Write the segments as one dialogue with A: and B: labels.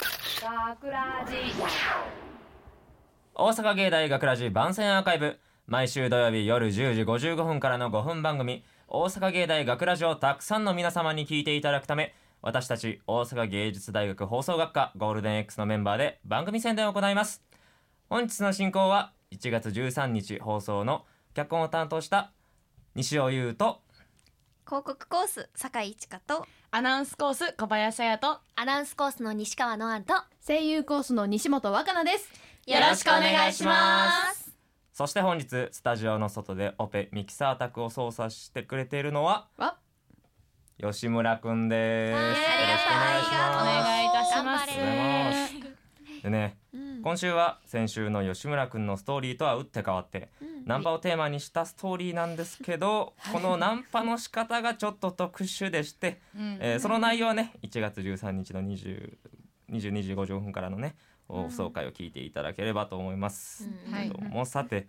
A: 学ラジ
B: 大阪芸大学ラジ番宣アーカイブ毎週土曜日夜10時55分からの5分番組「大阪芸大学ラジをたくさんの皆様に聞いていただくため私たち大阪芸術大学放送学科ゴールデン X のメンバーで番組宣伝を行います本日の進行は1月13日放送の脚本を担当した西尾優と
C: 広告コース坂井一華と
D: アナウンスコース小林彩と
C: アナウンスコースの西川のあんと
E: 声優コースの西本若菜です
B: よろしくお願いしますそして本日スタジオの外でオペミキサー宅を操作してくれているのは
E: わ
B: 吉村くんですよ
C: あ
B: ろ
C: り
B: しくお
C: が
B: 願いし
C: とう
B: ます
D: お願いいたします
B: ありがとうございます。でね、今週は先週の吉村くんのストーリーとは打って変わって、ナンパをテーマにしたストーリーなんですけど、このナンパの仕方がちょっと特殊でして、えーその内容はね、1月13日の20 22時55分からのね、放送回を聞いていただければと思います。
C: うん
D: はい
B: けどもさて、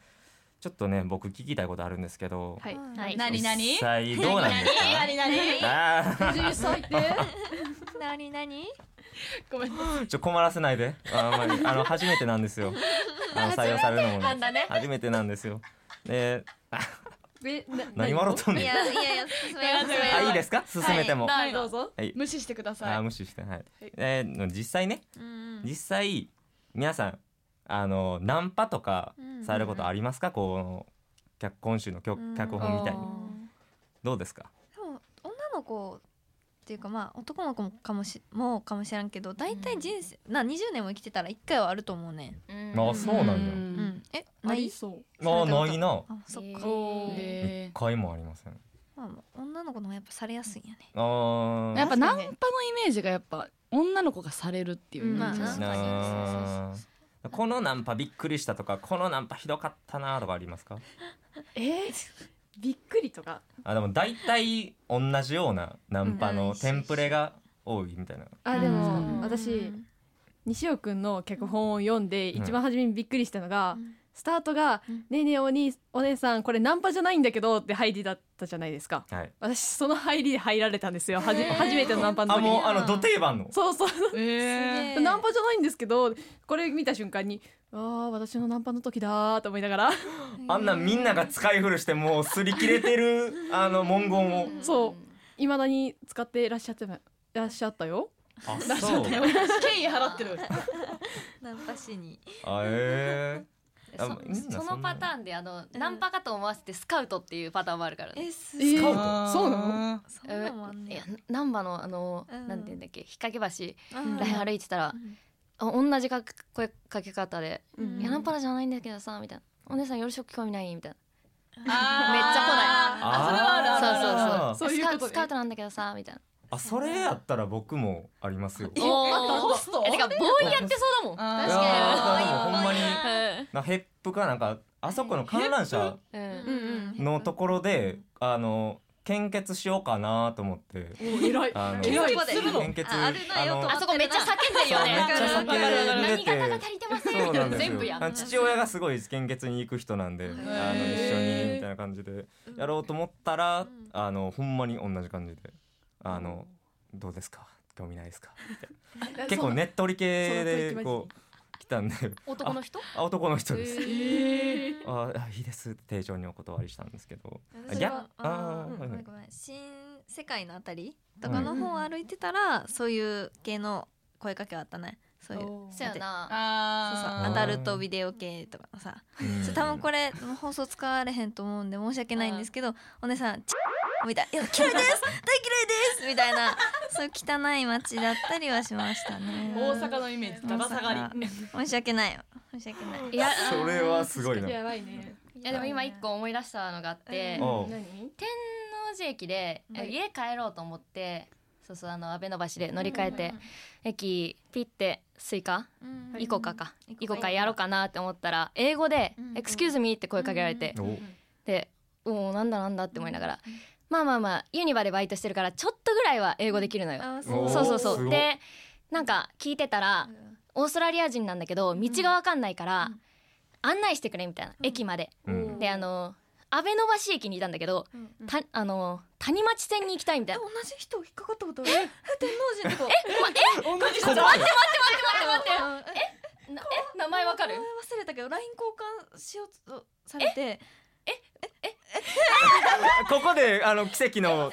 B: ちょっとね、僕聞きたいことあるんですけど、
E: はい
C: はい
D: な何々
B: 実際どうなんですか
D: 何何
B: あー
E: 小さいって
C: なになに
D: ごめん
B: ちょ困らせないで。あんまりあの初めてなんですよ。あの採用されるのも
C: なんだね
B: 初めてなんですよ。で、
E: えな
B: 何笑っとん
C: い
B: ねん。
C: やいやいや進めよう進めよ
B: あ
C: う
B: いいですか進めても。
D: はい
E: どうぞ
B: はい。
D: 無視してくださ
B: あ
D: い
B: 無視してはい。えー実際ね
C: うん
B: 実際皆さんあのナンパとか
C: うん
B: されることありますかこう脚今週の脚
C: うん
B: 脚本みたいに
E: あ
B: どうですか。
C: でも女の子っていうかまあ男の子もかもしもうかもしれんけど大体人生、な20年も生きてたら1回はあると思うね
B: あそうなんや
C: うん、
D: ん
C: え
E: あ
C: な
E: り
C: い
E: そう
B: あないな。
C: あそっか、
D: おー
B: 一回もありません。
C: まあ、女の子の方がやっぱされやすいんやね
B: あ
D: やっ
B: あ。
D: ぱナンパのイメージがやっぱ女の子がされるっていうイメージ
C: ま
D: で
C: あ
D: す
C: な
B: あーこのナンパびっくりしたとかこのナンパひどかったなとかありますか
E: えー、びっくりとか
B: あでも大体同じようなナンパのテンプレが多いみたいな。
E: あで
D: う
E: も、
D: ん
E: 私
C: うん
E: 西尾くんの脚本を読んで
B: うん
E: 一番初めにびっくりしたのが、
C: うん
E: スタートが
C: うん
E: 「ねえねえお兄お姉さんこれナンパじゃないんだけど」って入りだったじゃないですか
B: はい。
E: 私その入りで入られたんですよはじ
C: へー
E: 初めてのナンパの
B: あ
E: 時に
B: もうあのど定番の。
E: そうそう
D: えー
C: え
E: ナンパじゃないんですけどこれ見た瞬間に「ああ私のナンパの時だ」と思いながら
B: あんなみんなが使い古してもう擦り切れてるあの文言を。
E: そういまだに使っていらっしゃってまいらっしゃったよ
B: あそう。
D: 敬意払ってる
C: ナンパしに
B: あえ
F: そ
B: あみんなそんな
F: そのパターンであの、ナンパかと思わせてスカウトっていうパターンもあるからね。
C: えす
E: えー
B: カウト
E: そうな
C: そんなもんあん
F: い
C: ね
F: やナンバのあの、
C: うん
F: なんていうんだっけ引っ掛け橋
C: や
E: ん
F: らへん歩いてたら、あ同じか声かけ方で「
E: うん
F: いやナンパラじゃないんだけどさ」みたいな「お姉さんよろしく興味ない」みたいな
D: めっちゃ
B: あ
D: それはある
B: あ
E: そうい
F: ス
E: う
F: カ
E: こと
F: スカウトなんだけどさ」みたいな。
B: あそれやったら僕もありますよ。
F: おー
D: ホスト
F: えてかボーイやってそうだもん。
D: あー
B: いやー
C: 確かに
B: ほんまに
F: うん
B: なヘップかなんかあそこの観覧車。
F: うん
C: うんうん
B: のところであの献血しようかなと思って
E: の偉い
B: あの
E: 気づきまで
B: 献血
C: ああるなよ
B: の
C: と
F: あそこめっちゃ叫んでるよね。
B: めっちゃ叫んで
F: 何
B: て
F: 型が足りてませんみ
B: そう
F: た
B: ないん
F: な
B: です
F: 全
B: よ
F: 部やん
B: あの父親がすごい献血に行く人なんであの一緒にみたいな感じでやろうと思ったら、
C: ん
B: あのほんまに同じ感じで「あのどうですか興味ないですか?」結構ねっとり系でこう来たんで
F: 男の人？
B: あ男の人です。
D: えー
B: ああいいですって丁重にお断りしたんですけどあ
C: 私は
B: 逆あ
C: あー
B: ーはい
C: ご
B: は
C: めん
B: い
C: ごめん新世界のあたりとかの方を歩いてたら、そういう系の声かけはあったねそういうそう
F: そうやな。
C: そう
D: あー
C: アダルトビデオ系とかのさ
B: うん
C: ちょ多分これ放送使われへんと思うんで申し訳ないんですけどお姉さんちみたいないや嫌い です大嫌いですみたいなそういう汚い街だったりはしましたね
D: 大阪のイメージだだ下がり
C: 大申し訳ない申し訳ない
F: いや
B: それはすごいな。
E: やばいね
F: いやでも今一個思い出したのがあって、
C: うん
B: おう
E: 何
F: 天王寺駅で、え
C: はい
F: 家帰ろうと思ってそうそうあの安倍の橋で乗り換えて、駅ピッてスイカ、
C: うん
F: イコカか、
C: うん
F: イコカやろうかなって思ったら英語で
C: う
F: 「
C: ん
F: エクスキューズミー」って声かけられて、
B: おう
F: で「おおなんだなんだ」って思いながら、まあまあまあユニバでバイトしてるからちょっとぐらいは英語できるのよ。
C: あ
B: おー
F: そうそうそ
B: す
F: う
B: ごっ
F: でなんか聞いてたらオーストラリア人なんだけど道が分かんないから、
C: うん
F: 案内してくれみたいな、駅まで。
B: うん
F: であの安倍延橋駅にいたんだけど、
C: うん
F: たあの谷町線に行きたいみたい
C: え
F: な。
C: 同じ人引っかかったことあるえ天王寺のとこ
F: え、ま、え、待って待って待って待って待ってかる
C: 名前忘れたけど LINE 交換しようとされて
B: ここであの奇跡の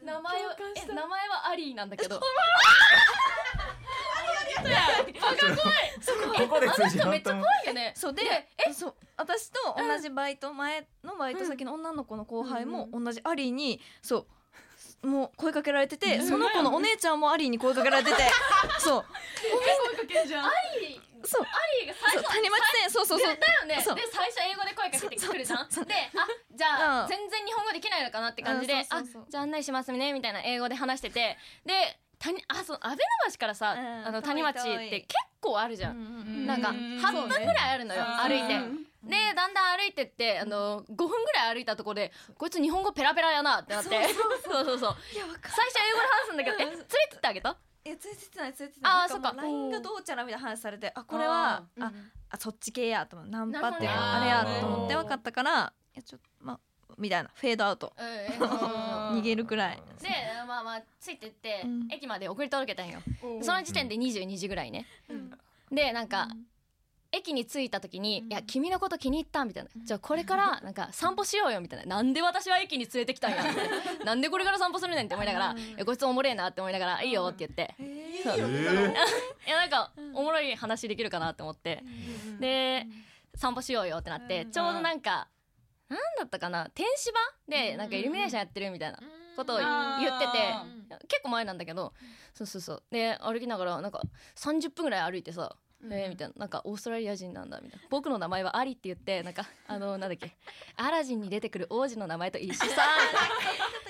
F: え名前は
E: 共感し
F: え
E: た
F: 名前はアリーなんだけど
B: ここで通
F: 人
B: じな
F: め
B: い
F: っ
B: と
F: ちゃ
B: 思う
F: 怖いよね
C: そうでそう私と同じバイト前のバイト先の女の子の後輩も同じアリーにそうもう声かけられててその子のお姉ちゃんもアリーに声かけられて てそう
E: 声かけるじゃん
F: アリー
C: そう
F: アリーが最
C: そう
F: 初
C: 谷町線そうそうそう
F: だよねで
C: そう
F: 最初英語で声かけてくるじゃんであじ
C: う
F: ゃあ
C: ん
F: 全然日本語できないのかなって感じで
C: う
F: あ
C: んそうそうそう
F: じゃあ案内しますねみたいな英語で話しててで谷あそう安倍橋からさ
C: うん
F: あの谷町っ
C: 遠い遠
F: て
C: い
F: 結構あるじゃん
C: ん
F: なんか
E: う
F: 8分
E: ん
F: ぐらいあるのよ
E: そう
F: 歩
E: ね
F: いて
E: うん
F: でだんだん歩いてってあの5分ぐらい歩いたとこでこいつ日本語ペラペラやなってなってそうそうそう
C: いやわかん
F: 最初英語で話すんだけどえ連れてってあげた
C: いやついてってないついてってない
F: あーそ
C: なんもう
F: っか
C: LINE がどうちゃらみたいな話されてあこれは
F: あー
C: ああそっち系やと思うナンパっていう
B: な
C: あれや
B: るほど
C: と思って分かったからいやちょっとまあみたいなフェードアウト
F: うんえそうそうそう
E: あー
C: 逃げるくらい
F: でまあまあついてって
C: うん
F: 駅まで送り届けたんよ
E: うん
F: その時点で22時ぐらいね
C: うん
F: でなんか
C: うん
F: 駅に着いた時に「
C: うん
F: いや君のこと気に入った」みたいな「じゃあこれからなんか散歩しようよ」みたいな「なんで私は駅に連れてきたんや」みたいななんでこれから散歩するねん」って思いながら「いやこいつおもれえな」って思いながら「いいよ」って言って
C: え
F: そう
B: え
F: いやなんかおもろい話できるかなって思ってで散歩しようよってなって
C: うん
F: ちょうどなんかなんだったかな天芝でなんかイルミネーションやってるみたいなことを言ってて
E: あ
F: 結構前なんだけどそうそうそうで歩きながらなんか30分ぐらい歩いてさ「えーみたいななんかオーストラリア人なんだみたいな「僕の名前はアリ」って言ってなんかあのなんだっけ「アラジンに出てくる王子の名前と一緒さ」みたい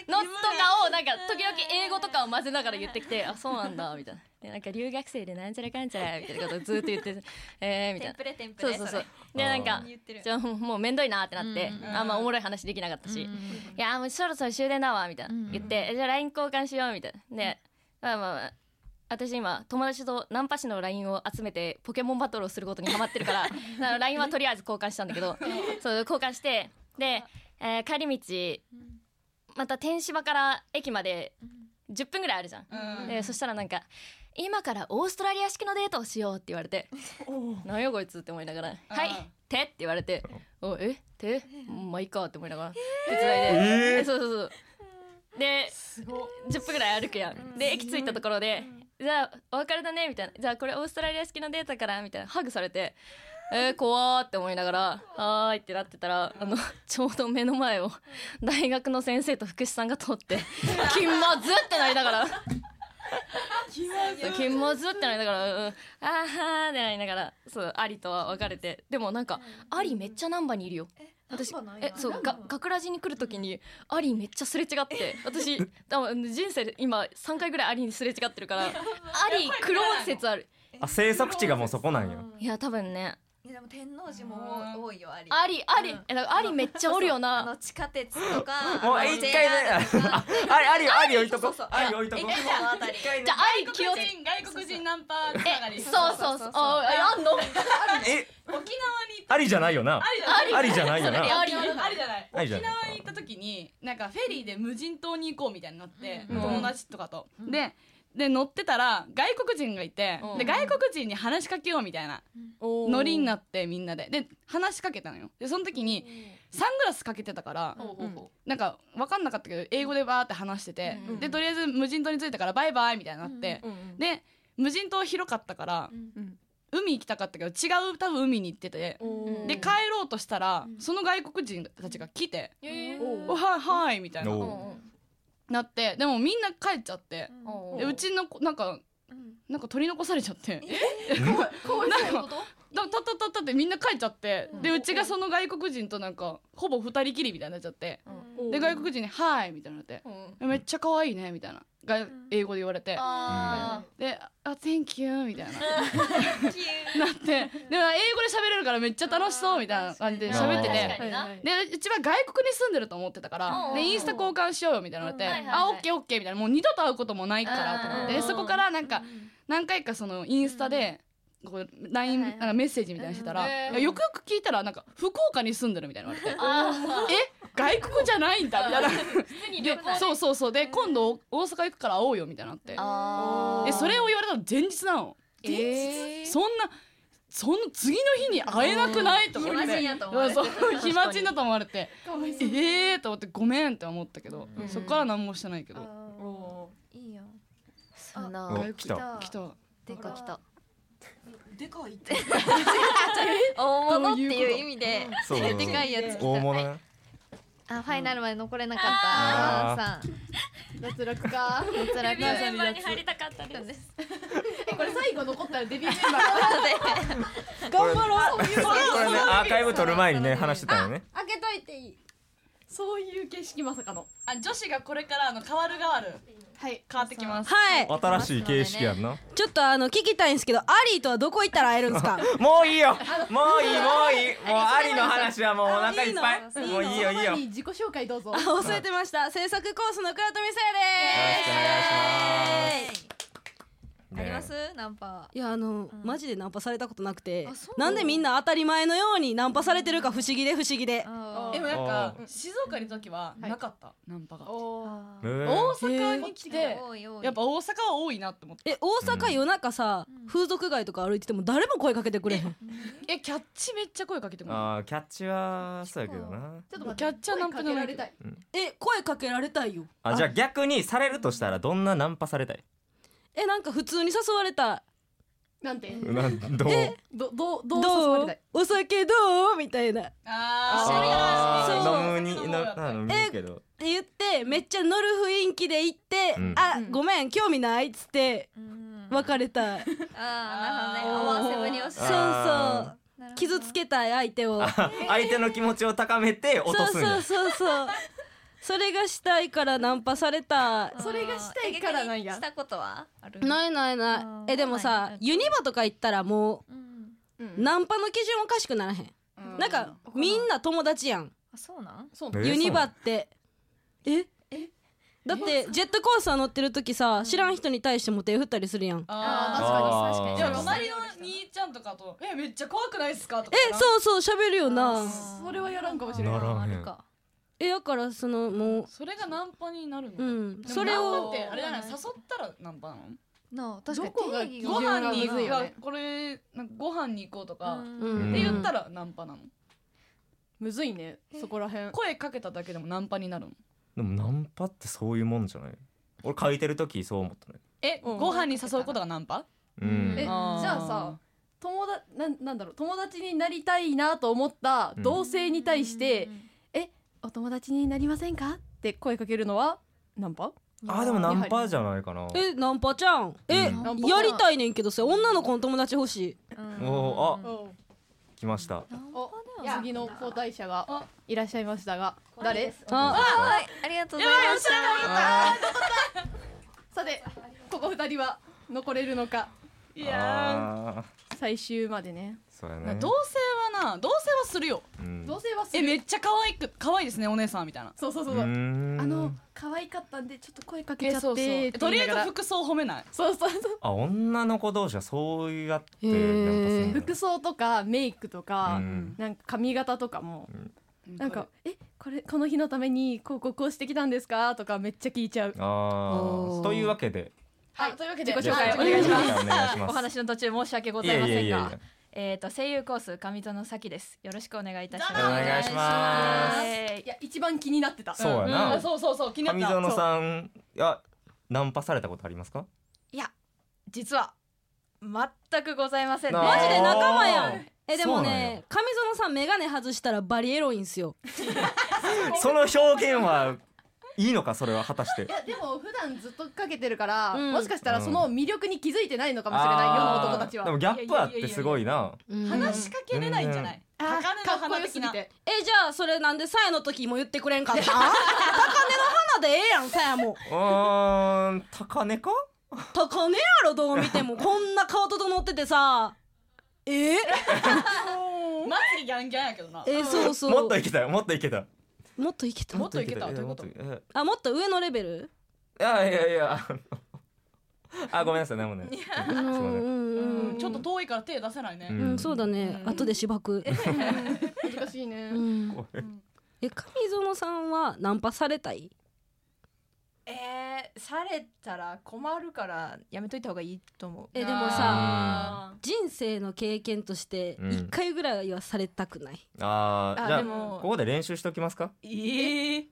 F: なのとかをなんか時々英語とかを混ぜながら言ってきて「あそうなんだ」みたいな。でなんか留学生でなんちゃらかんちゃらみたいなことをずっと言ってて「えー」みたいな。
C: プレテン
F: そうそうそうでなんか
C: 言ってる
F: じゃあもうもうめんどいなってなって、
C: うんうん
E: うん
F: あんまおもろい話できなかったし、いやもうそろそろ終電だわみたいな、
C: うんうん
F: 言ってえじゃあ LINE 交換しようみたいなで、まあまあまあ私今友達とナンパ師の LINE を集めてポケモンバトルをすることにハマってるから だから LINE はとりあえず交換したんだけどそう交換してで、えー帰り道また天芝から駅まで10分ぐらいあるじゃん、
E: うん
F: でそしたらなんか「今からオーストラリア式のデートをしよう」って言われて
E: おう
F: 「なんやこいつ」って思いながら「はい手」って言われて「おえ手まあいいか」って思いながら手伝いで。
B: え
F: えそうそうそうで
E: すごい
F: 10分ぐらい歩くやんで駅着いたところで「じゃあお別れだね」みたいな「じゃあこれオーストラリア式のデータから」みたいなハグされて「えー、怖ー」って思いながら「はーい」ってなってたらあの ちょうど目の前を大学の先生と福士さんが通って 「金まず」ってなりなが ら
E: 気まずい
F: 「金まず」ってなりながら「うん、あーはー」ってなりながらそうアリとは別れてでもなんかアリめっちゃ難波にいるよ。私えそうが学ラジに来るときにアリめっちゃすれ違って 私多分人生で今3回ぐらいアリにすれ違ってるからアリクローン説ある
B: あ生息地がもうそこなんよ
F: いや多分ね
C: でも天王寺も多いよあり
F: アリアリ
C: うん
F: えだからアリめっちゃおるよ
C: あ
F: な
C: の地下鉄とか
B: もう
C: あの
B: 一回ね
C: JR とか
B: あありありあり置いとこ
C: そうそう
B: あり置いとこ
C: 駅のあたり
B: 一回ね
F: じゃあアリ気を
A: 外国人外国人ナンパつながり
F: そ
A: そう
F: そう
A: う
F: そ
C: そうそうそうう
F: あああんの
B: え
A: 沖縄に行った
B: ありじゃないよな
A: あり
B: ありじゃないよ
F: それ
B: な
F: や
A: あ
F: あり
A: りありじゃない
B: あり
A: 沖
B: じゃ
A: 縄
B: ない
A: に行った時になんかフェリーで無人島に行こうみたいになって、
B: うん
A: 友達とかと、でで乗ってたら外国人がいて、
F: うん
A: で外国人に話しかけようみたいなノリになってみんなでで話しかけたのよでその時にサングラスかけてたから、
F: ほうほうほ
A: なんか分かんなかったけど英語でバーって話してて、
F: うん
A: でとりあえず無人島に着いたからバイバイみたいになって、
F: うんうん
A: で無人島広かったから、
E: ん
A: 海行きたかったけど違う多分海に行ってて、
F: うん
A: で帰ろうとしたら、その外国人たちが来て
F: えー
A: 「おはいはい」みたいな
F: う
B: お
F: んうん
A: なってでもみんな帰っちゃって、
F: お
A: でうちの子なんかなんか取り残されちゃってなんかだたたたたってみんな帰っちゃって、でうちがその外国人となんかほぼ二人きりみたいになっちゃって、
F: う
A: で外国人に「はい」みたいになって
F: うん
A: 「めっちゃ可愛いね」みたいなが英語で言われて
F: あ
A: 「であ Thank you」みたいななってでも英語で喋れるからめっちゃ楽しそうみたいな感じで
F: ー
A: 喋って
F: 確
A: て
F: か。にな
A: でうちは外国に住んでると思ってたから、
F: うん
A: でインスタ交換しようよみたいなのって、
F: うんはいはい
A: あ
F: はい
A: オッケーオッケーみたいなもう二度と会うこともないからと思って、
F: うん
A: でそこからなんか何回かそのインスタで。こう LINE
C: はいはいはい
A: なんかメッセージみたいなのしてたら、
F: うん
A: いやよくよく聞いたらなんか福岡に住んでるみたいなの言われて
F: あ
A: え外国じゃないんだ みたいな
F: ー普通に旅行
A: でそうそうそうで今度大阪行くから会おうよみたいなのあって
F: あー
A: でそれを言われたの前日なの
F: えー
A: そんなその次の日に会えなくないと思って
F: 暇人やと思われて
A: うんそう暇人だと思われて
E: かわいそう
A: ええー、と思ってごめんって思ったけど、
F: うん
A: そっから何もしてないけど、
E: お
C: いいやん
F: そうな
B: お
F: ん
B: 来た
A: 来た
F: でかきた
G: でかいって
C: 大物っていう意味で
B: そう
C: でかいやつ来た
B: 大物ね
C: あファイナルまで残れなかった
B: あー
C: さん
E: 脱落か
C: 脱落
A: ナーサリーのやつ
F: たかったです
C: です
E: えこれ最後残ったらデビューメンバ ー
B: 頑張ろうこれねアーカイブ取る前にね話してたよね
G: 開けといていい
E: そういう景色まさかの
A: あ女子がこれからあの変わる変わる
E: はい
A: 変わってきます
G: はい
B: 新しい形式やんな
G: ちょっとあの聞きたいんですけどアリーとはどこ行ったら会えるんですか
B: もういいよもういいもういいもうありの話はもうお腹いっぱい
G: いいの
B: もういいよいいよよろしくお願いし
E: に自己紹介どうぞ
G: 忘れてました制作コースの倉富さやです
B: ます
C: あります
B: ね
C: ナンパはい
G: やあの、マジでナンパされたことなくて
C: あそう
G: なんでみんな当たり前のようにナンパされてるか不思議で不思議で
C: あ
A: でも
C: ー
A: なんか
B: お
A: 静岡にいた時はなかった、ナンパが
E: おー
C: あ
B: え
C: ー
A: 大
B: ー
A: 阪に来て
C: 多い多い
A: やっぱ大阪は多いなって思って
G: え大阪夜中さ、風俗街とか歩いてても誰も声かけてくれへん
A: えキャッチめっちゃ声かけてもら
B: あーキャッチはそうやけどな
E: ちょっと待って
A: キャッチャーナンパじゃないけど
E: 声かけられたい
G: え声かけられたいよ
B: あじゃあ逆にされるとしたらどんなナンパされたい
G: えなんか普通に誘われたい
E: なんて
B: なん どう
E: どどうどう誘わ
G: ど
E: れた
G: う
E: い
G: お酒どうみたいなって
A: うあ
G: それ
B: あ
G: そ
B: ー
G: う
B: 飲むになあ飲むけど
G: 言ってめっちゃ乗る雰囲気で行って「
B: うん
G: あ
E: うん
G: ごめん興味ない」っつって
C: うん
G: 別れたい、
C: あーなるほ
A: あー
C: どね思わせぶりをし
G: そう
C: て
G: そ
B: あ
C: なるほど
G: う傷つけたい相手を
B: あ相手の気持ちを高めて落とすん
G: そうそう
B: や
G: そうそうそれがしたいからナンパされたい
C: あー
E: それがしたいからなんや
C: え逆にしたことはある
G: ないない
C: あ
G: な
C: ー
G: いえでも
C: ない
G: さ
C: ない
G: ユニバとか行ったらも
C: うん
G: うナンパの基準おかしくならへん、なんかみんな友達やん
C: あそうなん
E: そう
B: えー
G: ユニ
B: そう
G: バってえだってジェットコースター乗ってる時さ知らん人に対しても手振ったりするやん
A: あ
B: あ
A: ー
B: ー
A: 確かに確かに
B: ー
A: いや隣の兄ちゃんとかと「えめっちゃ怖くないっすか?」とか
G: えそうそう喋るよな
E: それはやらんかもしれ
B: な
E: ない
B: らん
C: あ
B: へん
C: るか
G: えだからそのもう
A: それがナンパになるの
G: う
A: で
G: ん
A: も
G: それ
A: ナンパ
G: を
A: ってあれじゃない誘ったらナンパなの
C: なあ確かに
E: どこが
C: 定
E: 基
C: 義
E: 準
A: ご飯に行
E: むずい
A: く
E: よ
A: か
E: ね
A: これなんかご飯に行こうとか
C: うん
G: うん
A: って言ったらナンパなの
E: むずいねそこらへん
A: 声かけただけでもナンパになるの
B: でもナンパってそういうもんじゃない俺書いてる時そう思ったね
A: え
E: うん
A: ご飯に誘うことがナンパ
B: うん
E: えじゃ
A: あー
E: あさ友達なんなんだろう友達になりたいなと思った同性に対して、お友達になりませんかって声かけるのはナンパ
B: あーでもナンパじゃないかな
G: えナンパちゃんえ、
B: うん
E: ナンパ
G: やりたいねんけどさ女の子の友達欲しい
C: うん
B: おー
E: お
B: 来ました
C: ナンパでは
E: 次の交代者がいらっしゃいましたが誰
G: あ
C: はいありがとうございました
E: さてここ二人は残れるのか
A: い
B: いや
E: 最終までね
B: そうや
A: な
B: ね
A: 同性はな同性はするよ
B: うん
E: 同性はす
A: え
E: る
A: めっちゃ可愛く可愛いですねお姉さんみたいな
E: そうそうそうう、
B: ーん
E: あの可愛かったんでちょっと声かけちゃってって
A: とり
E: 言い
A: あ
E: な
A: え
E: が
A: ず
E: ら
A: 服装褒めない
E: そうそうそう
B: あ女の子同士はそうやって
G: へー
B: ナンパするんだ
E: 服装とかメイクとか、
B: うん
E: なんか髪型とかもなんか「えこれこの日のためにこうこうこうしてきたんですか?」とかめっちゃ聞いちゃう。
B: あ
G: お
B: ー
G: ー
B: というわけで
E: はい、というわけで自
B: じ
E: 己紹
B: ゃあ
E: 介
B: じゃあ
E: お願いします。
B: お願いします
H: お話の途中申し訳ご
B: い
H: ざ
B: や
H: い
B: い
H: ま
B: や
H: せ
B: い
H: ん
B: や
H: が、えっと声優コース上園咲です。よろしくお願いいたします。
B: お願いします
H: え
E: いや一番気になってた。
B: そうや
A: あ
B: な
A: そうそうそう気になっ
B: 上
A: た
B: 園さんやナンパされたことありますか
H: ーいや実は全くございませんね。
G: マジで仲間やん
B: あー
G: えでもね
B: そ
G: 上園さん眼鏡外したらバリエロいんすよ
B: その表現はいいのかそれは果たして
E: いやでも普段ずっとかけてるから、
G: うん
E: もしかしたらその魅力に気づいてないのかもしれない世の男たち
B: あーで
E: は。
B: もギャップあってすごいな
A: 話しかけれないんじゃない高
E: あ
A: 嶺の
E: かっこ
A: 花
E: よ
A: 的
E: すぎ
A: な
E: て。
G: えじゃあそれなんでさやの時も言ってくれんかった 高根の花でええやんさやも
B: うーん高根か
G: 高根やろどう見てもこんな顔整っててさえ
A: マジでギャンギャンやけどな
G: えそうそう
B: もっといけたよもっといけた
G: もっといけた
A: もっといけたどういうこと
B: いやもっ
G: あもっと上のレベル
B: といやいやいやあのあごめんなさいでもね
G: う
B: すいま
G: ん
B: せん
G: うん
A: うんちょっと遠いから手出せないね
B: う
G: うんん、うん、そうだね、後で芝生
E: 難しいね。
G: うん
B: これ
G: え上園さんはナンパされたい
H: えされたら困るからやめといた方がいいと思う
G: えでもさ人生の経験として
B: うん
G: 一回ぐらいはされたくない、
B: あーじ
H: あ
B: ゃ
H: で
B: あこ
H: も
B: こで練習しておきますか
H: ええ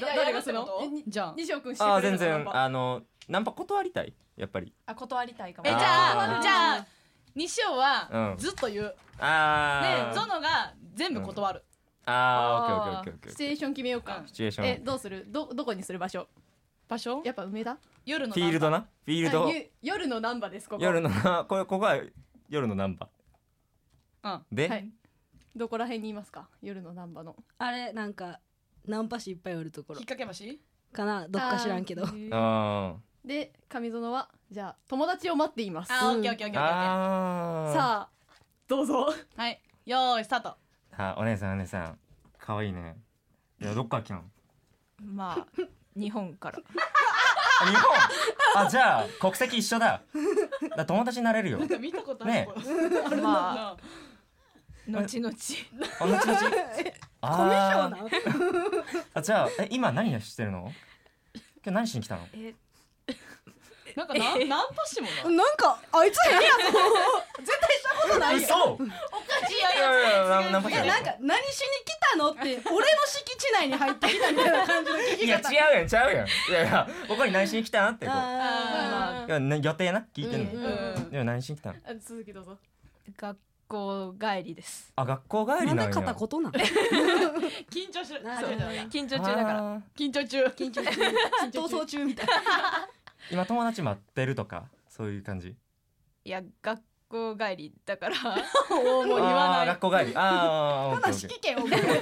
E: だ誰がするのえに
A: じゃあ
E: 西尾くんしてくれるの
B: あー全然
E: ナンパ
B: あのナンパ断りたいやっぱり
E: あ断りたいかも
A: えじゃ
B: あ
A: あ
B: ー
A: じゃあ西尾
B: う
A: は
B: ん
A: ずっと言う、
B: あ
A: で
B: ー
A: ゾノが全部断る、
B: あーオッケーオッケーオッケーオッケー
E: シチュエーション決めようか
B: シチュエーショ
E: え
B: ン
E: どうするどどこにする場所
A: 場所
E: やっぱ梅田
A: 夜の
B: フィールドなフィール
E: あ
B: ド
E: ゆ夜のナンバですここ
B: 夜のこれここは夜のナンパ
A: うん
B: で、
E: はいどこら辺にいますか夜のナンバの
G: あれなんかナンパ師いっぱいおるところ
A: 引っ掛け橋
G: かなどっか知らんけど
E: あー
B: あー
E: で上園はじゃあ友達を待っています
A: あーオッケーオッケーオッケーオッケー
B: あー
E: さあどうぞ
A: はいよーいスタート
B: あお姉さんお姉さん可愛いねいやどっから来たの
H: まあ日本 から
B: あ日本あじゃあ国籍一緒だだ友達になれるよ
A: なんか見たことある
B: ね
A: これある
H: まあ
A: な
H: 後 々
B: あ後々あーあじゃあえ今何してるの今日何しに来たの
A: なんかなナンパしもな
G: なんかあいつ変やぞ
B: 嘘いやいやいやななんか
G: えなんか何しに来たのって俺の敷地内に入ってきたみたいな感じの聞
B: い
G: き
B: や違
G: 方
B: うやん違うやんいやいや僕に何しに来たなってこう
G: あ
B: いやな予定な聞いてんの、
G: うん
E: うん
B: でも何しに来たの
E: あ続きどうぞ
H: 学校帰りです
B: あ学校帰
G: ーな
B: りなんん
G: で
B: や
G: 片言なん
A: 緊張してる
G: な
A: そう
G: るほど
H: 緊張中だから
B: ら
A: 緊張中
G: 緊張中逃走中みたいな
B: 今友達待ってるとかそういう感じ
H: いや学校帰りだ から
B: もう言わない学校帰りあーオッケーオッケー
E: 権を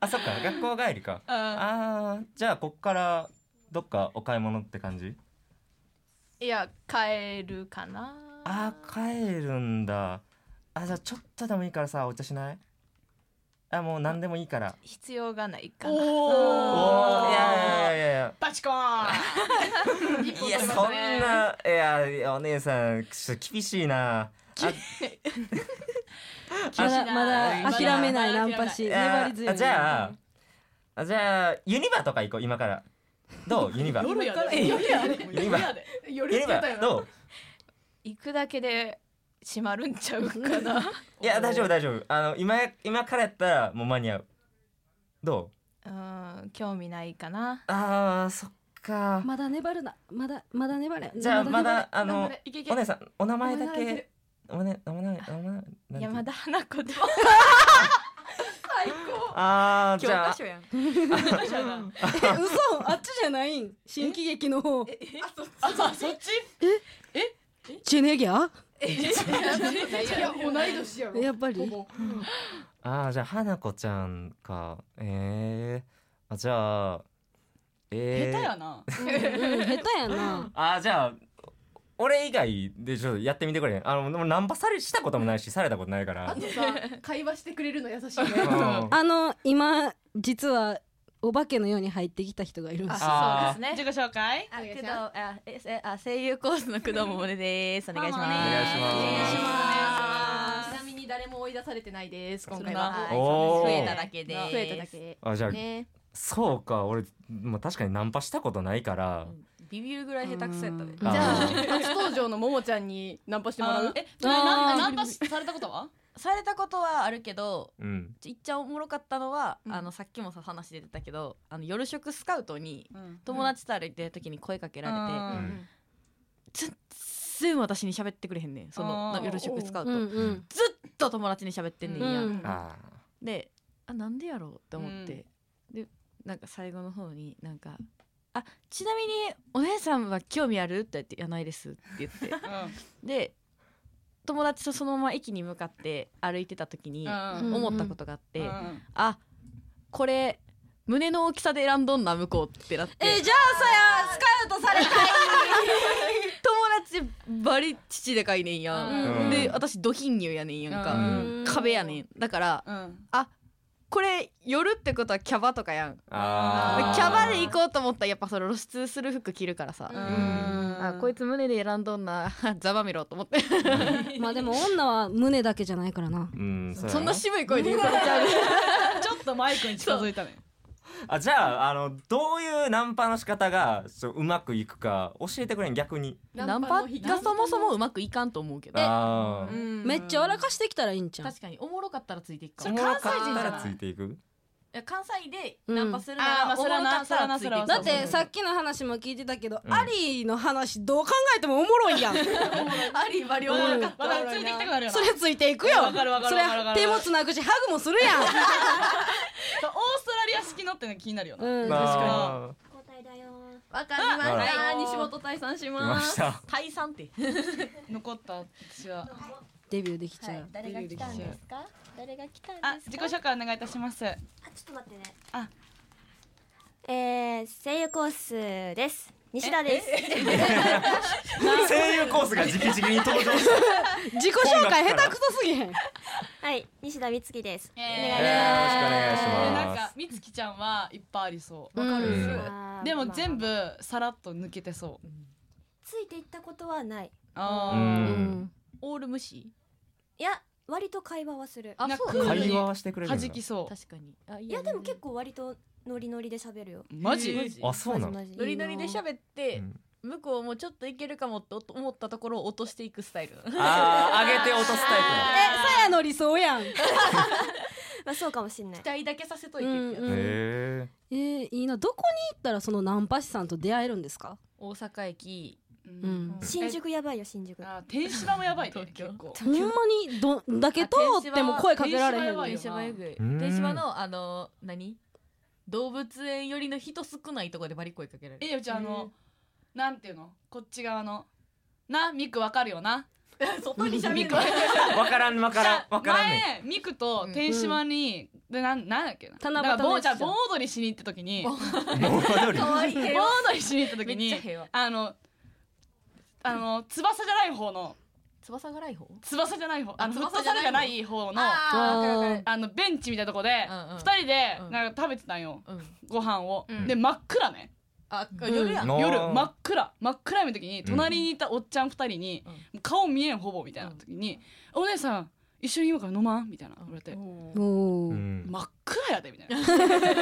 B: あそっか学校帰りか
A: あ
B: あーじゃあこっからどっかお買い物って感じ
H: いや帰るかな
B: あー帰るんだあじゃあちょっとでもいいからさお茶しないあもう何でもいいから
H: 必要がないか
A: ー
H: な
B: お
A: お
B: ー
A: ー
B: いやいやいや
A: バチコー
B: いやいやそんないやいやお姉さんちょっと厳しいな
G: まだまだ諦めないナ
A: まだ諦めない
G: ンパ師
B: いや
G: 粘り強い
B: あじゃああじゃあユニバとか行こう今から どうユニバ
A: 夜やで
B: え
A: 夜やで
B: 夜や
A: で
B: ユニバどう
H: 行くだけで閉まるんちゃうかな
B: いや大丈夫大丈夫あの今や今からやったらもう間に合うどう
H: うん興味ないかな
B: あーそっか
G: まだ粘るなまだまだ粘れ
B: じゃあま
G: 粘れ
B: だあの
A: いけいけ
B: お姉さんお名前だ
E: お名前だ
B: けおねお名前お名前なんていう
H: 山田花子で
B: あー じ
H: 教
B: ゃ
H: 科
B: あ
H: 書やん
G: え嘘あっちじゃないん新喜劇の方
A: あそっち
G: ジェネギャ
E: いや同い年やろ
G: やっぱり
B: あーじゃあ花子ちゃんかえー、あじゃあ
A: 下
B: えー、
A: 手やな
G: うん下手やな
B: あーじゃあ俺以外でちょっとやってみてくれあのでもナンパされしたこともないしされたことないから
E: あとさ会話してくれるの優 しいね
B: うん
G: あの今実はお化けのように入ってきた人がいるんですよ
B: あ
H: そうですね
A: 自己紹介
E: お願いし
H: 工藤
E: ま
H: あえせあ声優コースの工藤桃ですお願いします
A: お願いします
B: お願いし
E: すちなみに誰も追い出されてないです今回
A: そ
E: は
A: ん
H: はい
B: おー
H: 増えただけで
E: 増
H: す
E: えただけ
B: あじゃあ、
H: ね
B: そうか俺、まあ、確かにナンパしたことないから、
H: ビビるぐらい下手くそやったで
E: じゃあ
B: あ
E: 初登場のももちゃんにナンパしてもらう
A: えそれナンナンパされたことは
I: されたことはあるけど
B: ーうん
I: いっちゃんおもろかったのは、あのさっきもさ話出てたけどあの夜食スカウトに友達と歩いてる時に声かけられて、
B: う
A: うん
I: 全然私に喋ってくれへんねんそ
A: あ
I: の
A: ー
I: 夜食スカウト、
G: う
I: ず
G: んうん
I: っと友達に喋ってんねんや、
G: うん
B: あ
I: であなんでやろうって思って、でなんか最後の方になんか「あちなみにお姉さんは興味ある?」って言って「いやないです」って言って で友達とそのまま駅に向かって歩いてた時に
A: うん
I: 思ったことがあって、
A: うん
I: あこれ胸の大きさで選んどんな向こうってなって
G: えじゃあさやスカウトされた
I: 友達バリ父でかいねんやん、
B: うん
I: で私ド貧乳やねんやん
B: ーう
I: か、
B: ん
I: 壁やねんだから
A: うん
I: これ夜ってことはキャバとかやんでキ
B: あー
I: ャバで行こうと思ったらやっぱその露出する服着るからさ、
A: うん
I: あこいつ胸で選んどんなざまみろと思って
G: まあでも女は胸だけじゃないからな
B: うんうや
I: そんな渋い声で言う
A: ちょっとマイクに近づいたね
B: あじゃああのどういうナンパの仕方がそううまくいくか教えてくれん逆に
I: ナンパがそもそもうまくいかんと思うけど
B: あー
G: めっちゃ笑かしてきたらいいんちゃう
I: 確かにおもろかったらついていくか
H: そ
I: も
H: れ関西人じゃな
B: からついていく
H: いや関西で
G: うん
H: ナンパするな
A: あーま
H: ら
A: あそれ
H: お
A: はな
H: もろかったらついていく
G: だってさ
H: っ
G: っきの話も聞いてたけど、
B: うん
G: アリーの話どう考えてもおもろいやん
E: ありバリ
A: わ
E: お
A: か
E: も
A: る
E: ろか
A: わかる
E: った
A: ついてきたくなるよな
G: それついていくよ
A: わかるわか
G: そ
A: る
G: れ
A: わかるわか
G: 手
A: る
G: もつなぐしハグもするやん
A: オーストラリア式のっての気になるよな、
G: うん
B: あー
A: 確かに
F: 交代だよ
E: わかりま
B: わ
E: し
B: か
E: た西本退散し
B: 来ま
E: ま
B: し
E: す
B: た
H: 退散って
A: 残った私は
G: デビューできち
F: は
G: ゃう、
F: い誰が来たんですか誰が来たんですか
A: あ自己紹介お願いいたします
J: あちょっと待ってね
A: あ
J: えー、声優コースです西田です
B: 声優コースが直々に登場した
G: 自己紹介下手くそすぎへん
J: はい西田美月です
A: え
J: お願いし
B: えーよろしくお願いし
A: な
B: ま
A: ん
B: す
A: かみつきちゃんはいっぱいありそう
G: わかる
B: うん
J: あー
A: でも
J: まあ
A: 全部さらっと抜けてそう
J: ついていったことはない
B: う
A: あ
G: うんん
I: オール無視
J: いや割と会話はする
A: あ
I: あ
A: なんか
I: そう
A: クール
B: 会
A: に
B: 話
A: 弾
B: はしてくれるんだ
A: きそう
I: 確かにあい
J: いやでも結構割とノリノリで喋るよ
A: マジ、
B: あそうなの
J: マジマジ
H: ノリノリで喋っ
B: う
H: て
B: ん
H: 向こうもちょっといけるかもって思ったところを落としていくスタイル
B: あー上げて落とすタイ
G: えさやの理想やん、
J: まあそうかもしんない
H: 期待だけさせといて
G: う
H: る
G: ん
H: やつ
B: プ
G: う
B: の
G: ん
B: へ
G: えーいいなどこに行ったらそのナンパ師さんと出会えるんですか
H: 大阪駅
A: う
G: うんん
J: 新宿やばいよ新宿
A: あ天使場もやばいね結構
G: ほんまにどんだけ通っても声かけられへんの
H: 電
A: いよ
G: に
H: 車はえぐい
B: うん
H: 電車のあの何動物園寄りの人少ないところでバリ声かけられる
A: えうちあの、なんていうのこっち側のなミクわかるよな外にしゃべる
B: ーわからんわからんわからんね
A: 前ミクと天使島に、でなんなんだっけな
G: 七夕の
A: だから盆
G: やつじゃん
A: じゃあ盆踊りしに行った時に盆
B: ん もう踊り
H: 可愛い平和
A: 踊りしに行った
H: め
A: 時
H: っち
A: に
H: ゃ平和
A: あのあの翼じゃない方の
H: 翼がない方
A: 翼じゃない方あの翼
H: 翼
A: じ
H: じ
A: ゃ
H: ゃ
A: な
H: ないい方
A: 方のあ
H: あーわかるわか
A: のベンチみたいなとこで、
H: うんうん
A: 二人で
H: うん
A: なんか食べてたんよ、
H: るうん
A: ご飯を、
H: うん
A: で真っ暗ね
H: あ夜やん
B: うん
A: 夜
B: あー
A: 真っ暗真っ暗闇の時に隣にいたおっちゃん二人に、顔見えんほぼみたいな時に「お姉さん一緒に今から飲まん?」みたいな言われて「
G: おー
B: うん
A: 真っ暗やで」みたいな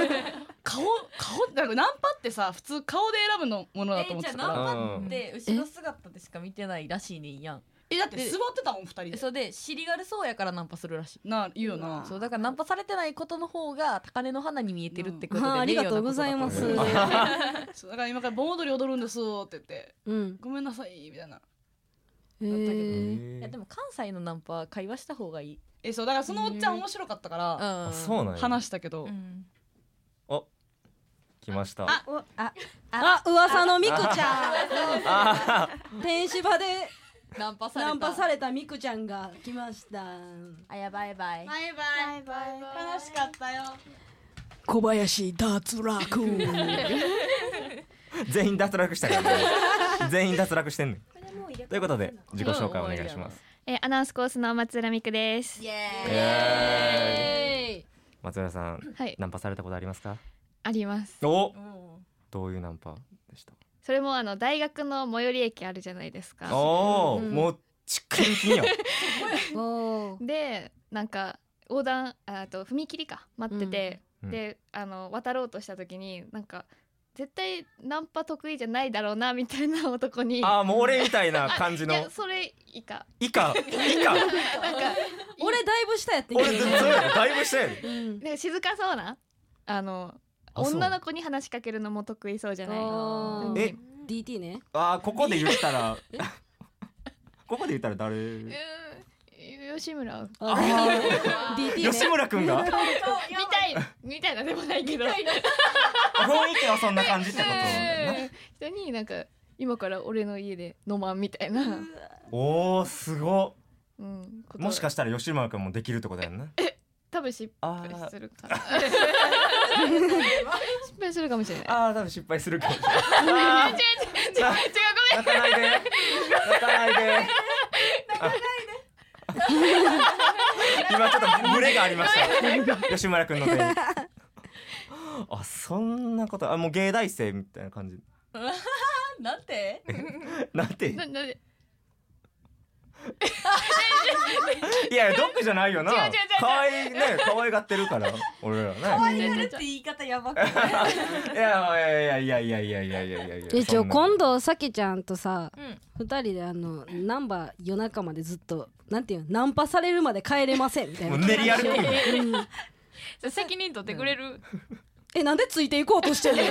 A: 顔顔なんかナンパってさ普通顔で選ぶのものだと思ってたか
H: えーじゃ
A: ら
H: あ
B: うん
H: で後ろ姿でしか見てないらしいねんやん
A: えだって座ってたもん二人で
H: それで尻がるそうやからナンパするらしい
A: なあ言うよな
H: そうだからナンパされてないことの方が高根の花に見えてるってことで、
G: あーありがとうございます
H: 名誉なことだと思う
A: そうだから今から盆踊り踊るんですって言って
G: うん
A: 「ごめんなさい」みたいな
G: へー
H: いやでも関西のナンパは会話した方がいい、
A: えそうだからそのおっちゃん面白かったから
B: あそうなんや
A: 話したけど、
H: ん
B: 来ました
A: あ
G: あ噂のミクちゃ
B: あ
G: ん天使場で
H: ナンパされた
G: ナンパされたミクちゃんが来ました
H: あやばいやばい、
A: バイバイバイバイ悲しかったよ
G: 小林脱落
B: ー全員脱落したよもう全員脱落してんねん
J: これも入れ替わり
B: ということで自己紹介お願いします
K: えーアナウンスコースの松浦美久です。
B: イエーイ松浦さん
K: はい、
B: ナンパされたことありますか
K: あります。
B: お
H: うん
B: どういうナンパでした
K: それもあの大学の最寄り駅あるじゃないですか。
B: おお
G: うん
B: もうちっくりきんやん
G: おー
K: で、なんか横断ああと踏切か待ってて、
B: うん
K: で、あの渡ろうとした時になんか絶対ナンパ得意じゃないだろうなみたいな男に。
B: あーもう俺みたいな感じ
K: いや
B: の
K: それ以下
B: 以下以下
K: なんか
G: 俺だいぶ下やってん
B: 俺
G: け
B: ず
G: ど
B: そう
G: ね
B: やろだいぶ下やで
G: うん
K: なんか静かそうなあの
B: あそう
K: 女の子に話しかけるのも得意そうじゃない
G: あー
B: え
G: DT ね
B: あーここで言ったらここで言ったら誰
K: えー吉村
G: あー DT ね
B: 吉村くんが
K: みたいみたいなでもないけど
B: 雰囲気はそんな感じってこと
K: 人になんか今から俺の家で飲まんみたいな、
B: おおすご
K: うん、
B: っもしか
K: し
B: したら吉村くんもできるってことやんな
K: 多分失
B: あ
K: 敗す
B: ー
K: るから 失敗するかもしれない
B: あー多分失敗するかもしれないあー泣かないで泣かないで泣かないで今ちょっとブレがありました吉村くんの手にあそんなことあもう芸大生みたいな感じ
H: なんて
B: なんて
K: ななんで
B: いやドッグじゃないよな
E: 違う違う違う違う
B: 可愛いね可愛がってるから俺らね
E: 可愛がるって言い方やばくない
B: いやいやいやいやいやいやいやいやいや
G: えち
B: そ
G: ょ
B: んな
G: 今度さきちゃんとさ、二人であのナンバー夜中までずっとなんていうのナンパされるまで帰れませんみたいな
B: もう練り歩くん
G: うん
E: 責任取ってくれる、
G: えなんでついていこうとしてるの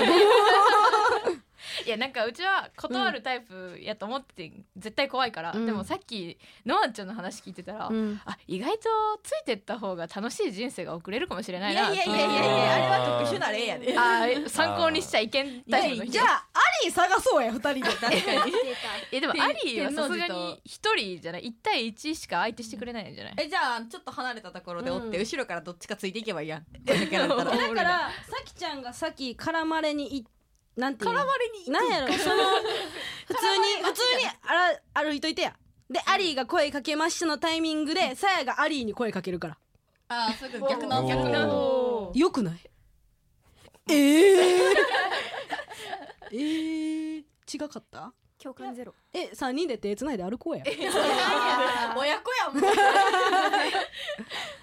E: いやなんかうちは断るタイプやと思ってて絶対怖いから、
F: うん
E: でもさっきノアちゃんの話聞いてた ら、
F: うん
E: あ意外とついてった方が楽しい人生が送れるかもしれない
F: い
E: な
F: やいやいやいやいやあれは特殊な例やで
E: あーえ参考にしちゃいけんタイプの人
F: じゃあ
G: アリー探そうや二人で確
E: かにえでもアリーはさすがに一人じゃない一対一しか相手してくれないんじゃない
L: えじゃあちょっと離れたところでおって、
G: うん
L: 後ろからどっちかついていけばいいやん
G: だからさきちゃんがさっき絡まれにいなんていうの絡まれになんやろその普通に普通にあら歩いといてやでアリーが声かけましたのタイミングでさやがアリーに声かけるから
L: ああそういうこと逆な
G: おー
L: 逆な
G: よくないええ えー、違かった
I: 共感ゼロ
G: え三人で手つないで歩こうや
L: 親子やもん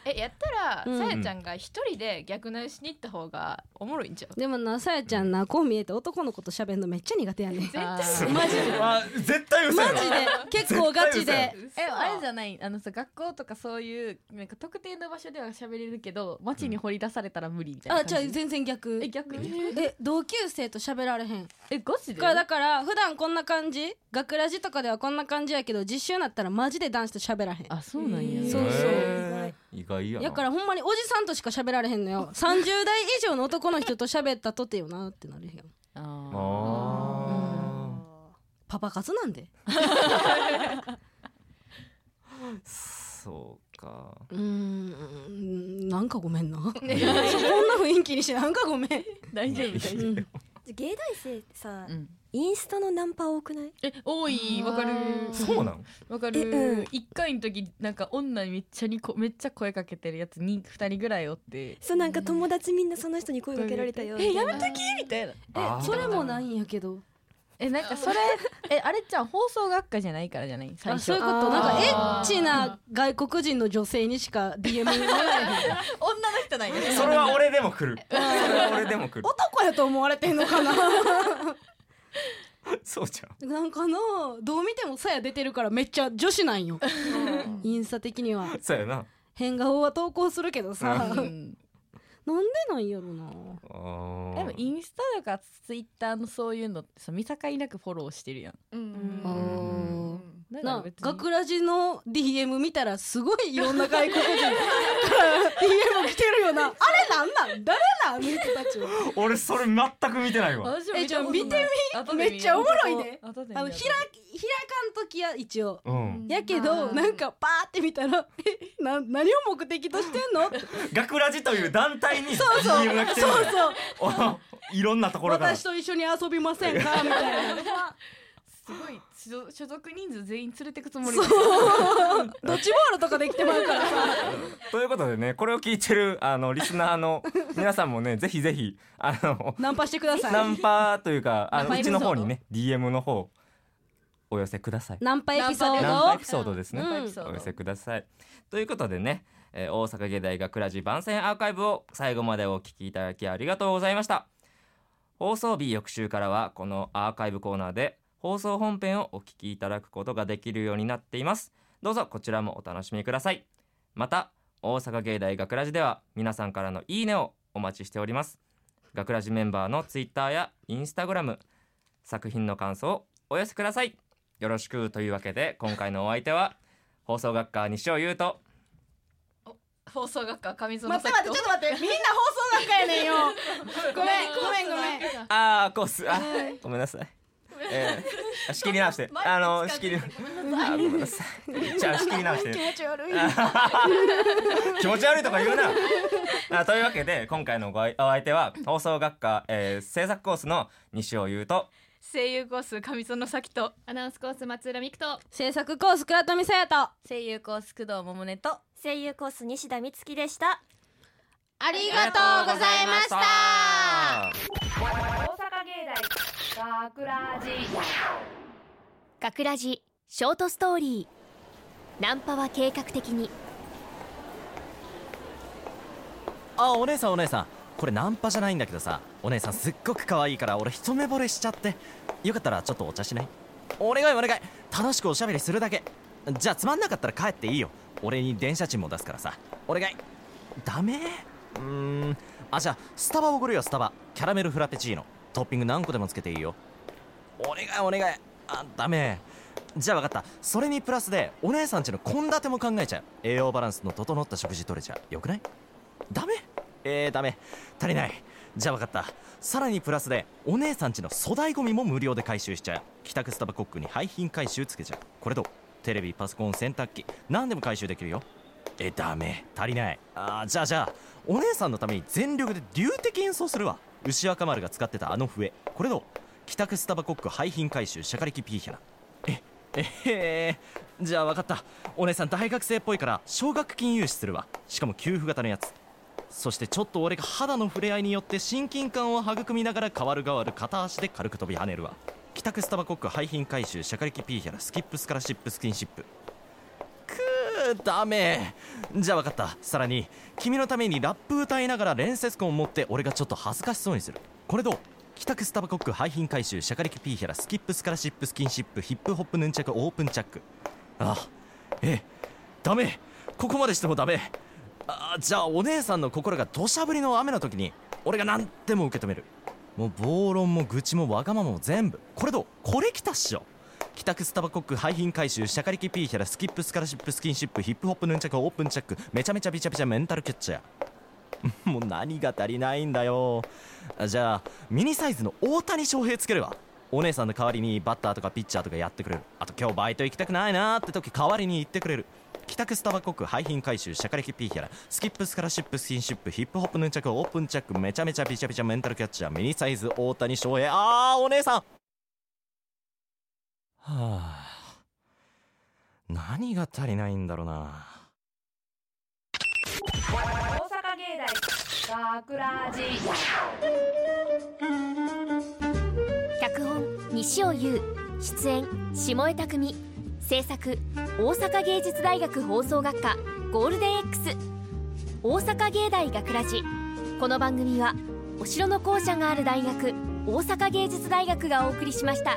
E: えやったら、
G: うん
E: さやちゃんが一人で逆ナンしに行った方がおもろいんちゃう
G: でもなさやちゃんなこう見えて男の子と喋るのめっちゃ苦手やねん絶
E: 対
G: マジで
B: あ絶対嘘やな
G: マジで結構ガチで
L: えあれ
E: じゃないあのさ学校とかそういうなんか特定の場所では喋れるけど街に掘り出されたら無理みたいな
G: あ
E: 感じ
G: じゃあ全然逆え
E: 逆
G: え同級生と喋られへん
E: えガチで
G: だから普段こんな感じ学ラジとかではこんな感じやけど実習になったらマジで男子と喋らへん
E: あそうなんや
G: そう
B: へー意外やな
G: やからほんまにおじさんとしか喋られへんのよ30代以上の男の人と喋ったとてよなってなるへんパパ活なんで
B: そうか
G: うーんなんかごめんなそんな
B: ね
G: 雰囲気にしてなんかごめ ん
E: 大丈夫
G: 大丈夫
I: 芸大生さ、インスタのナンパ多くない
E: え多いわかる
B: そうなん
E: わか
I: えう
E: る
I: ん
E: 一回の時なんか女にめっちゃにこめっちゃ声かけてるやつに二人ぐらいおって
I: そうなんか友達みんなその人に声かけられたよみたいな
E: みたいな
B: あー
G: それもないんやけど
E: えなんかそれえあれちゃん放送学科じゃないからじゃない最
G: あ
E: 初
G: そういうことなんかエッチ
E: あ
G: な外国人の女性にしか DM がない
L: 女の人なんや
B: それは俺でも来るそれは俺でも来る
G: 男やと思われてんのか な
B: そうじゃん
G: なんかなどう見てもさや出てるからめっちゃ女子なんよインスタ的には
B: そうやな
G: 変顔は投稿するけどさな
B: うん
G: でなんやろな
B: あ
E: ー
B: ー
E: でもインスタとかツイッターのそういうのってさ見境なくフォローしてるやん
G: あー
E: だから
G: な
E: 別に
G: 学ラジの DM 見たらすごいいろんな外国人 から DM 来てるよなあれなんなん誰なんみたいな人たち は
B: 俺それ全く見てないわ
G: えじゃあ見てみ めっちゃおもろいねあの開開かんときや一応
B: うん
G: やけどなんかパーって見たら 「えな何を目的としてん の?」って
B: 学ラジという団体に
G: そうそう
B: DM が来てるのよ
G: そう
B: おいろんなところから
G: 私と一緒に遊びません かみたいな
E: すごい所所属人数全員連れてくつもり
G: そう ドッジボールとかできてまうからさ
B: ということでねこれを聞いてるあのリスナ ーの皆さんもねぜひぜひあの
G: ナンパしてください
B: ナンパというか
G: ナ
B: あ
G: ンパ
B: の
G: エ
B: うち
G: ピソ
B: の
G: ード
B: 方にね DM の方お寄せください
G: ナンパエピソード
B: ナンパエピソードですね、
G: うん
B: お寄せくださいということでね、えー大阪芸大学ラジ番宣アーカイブを最後までお聞きいただきありがとうございました放送日翌週からはこのアーカイブコーナーで放送本編をお聞きいただくことができるようになっていますどうぞこちらもお楽しみくださいまた大阪芸大学ラジでは皆さんからのいいねをお待ちしております学ラジメンバーのツイッターやインスタグラム作品の感想をお寄せくださいよろしくというわけで今回のお相手は放送学科西尾優斗
E: 放送学科上園
H: 待って待ってちょっと待ってみんな放送学科やねんよごめんごめんごめん
B: ああコースあごめんなさい、えー、仕切り直してあの仕切りあごめんなさいじゃあ仕切り直して
H: 気持ち悪い
B: 気持ち悪いとか言うなあというわけで今回のごあいお相手は放送学科、えー、制作コースの西尾優斗
E: 声優コース上園咲と
F: アナウンスコース松浦美久と
G: 制作コース倉富さやと
I: 声優コース工藤桃音と声優コース西田美月でした
M: ありがとうございました大阪芸大学ラジ
J: 学ラジショートストーリー
M: ナンパは計画的に
N: あお姉さんお姉さんこれナンパじゃないんだけどさお姉さんすっごく可愛いから俺一目惚れしちゃってよかったらちょっとお茶しないお願いお願い楽しくおしゃべりするだけじゃあつまんなかったら帰っていいよ俺に電車賃も出すからさお願いダメうーんあじゃあスタバおごるよスタバキャラメルフラペチーノトッピング何個でもつけていいよお願いお願いあダメじゃあ分かったそれにプラスでお姉さんちの献立も考えちゃう栄養バランスの整った食事取れちゃうよくないダメえー、ダメ足りないじゃあ分かったさらにプラスでお姉さんちの粗大ゴミも無料で回収しちゃう帰宅スタバコックに廃品回収つけちゃうこれどうテレビパソコン洗濯機何でも回収できるよえダメ足りないあーじゃあじゃあお姉さんのために全力で龍的演奏するわ牛若丸が使ってたあの笛これどう帰宅スタバコック廃品回収シャカリキピーヒャナええー、じゃあ分かったお姉さん大学生っぽいから奨学金融資するわしかも給付型のやつそしてちょっと俺が肌の触れ合いによって親近感を育みながら変わる変わる片足で軽く飛び跳ねるわ帰宅スタバコック廃品回収シャカリキピーヒャラスキップスカラシップスキンシップくーダメじゃあ分かったさらに君のためにラップ歌いながら連接婚を持って俺がちょっと恥ずかしそうにするこれどう帰宅スタバコック廃品回収シャカリキピーヒャラスキップスカラシップスキンシップヒップホップヌンチャクオープンチャックあえダメここまでしてもダメあじゃあお姉さんの心が土砂降りの雨の時に俺が何でも受け止めるもう暴論も愚痴もわがままも全部これどうこれきたっしょ帰宅スタバコック廃品回収シャカリキピーヒャラスキップスカラシップスキンシップヒップホップヌンチャクオープンチャックめちゃめちゃびちゃびちゃメンタルキャッチャーもう何が足りないんだよあじゃあミニサイズの大谷翔平つけるわお姉さんの代わりにバッターとかピッチャーとかやってくれるあと今日バイト行きたくないなーって時代わりに行ってくれる帰宅スタバコック廃品回収シャカリキピーヒャラスキップスカラシップスキンシップヒップホップヌンチャクオープンチャックめちゃめちゃびちゃびちゃメンタルキャッチャーミニサイズ大谷翔平あーお姉さんはあ何が足りないんだろうな
M: 大阪芸大学ラジ
J: 脚本西尾優出演下江拓海制作大阪芸術大学放送学科ゴールデン X 大阪芸大学ラジこの番組はお城の校舎がある大学大阪芸術大学がお送りしました。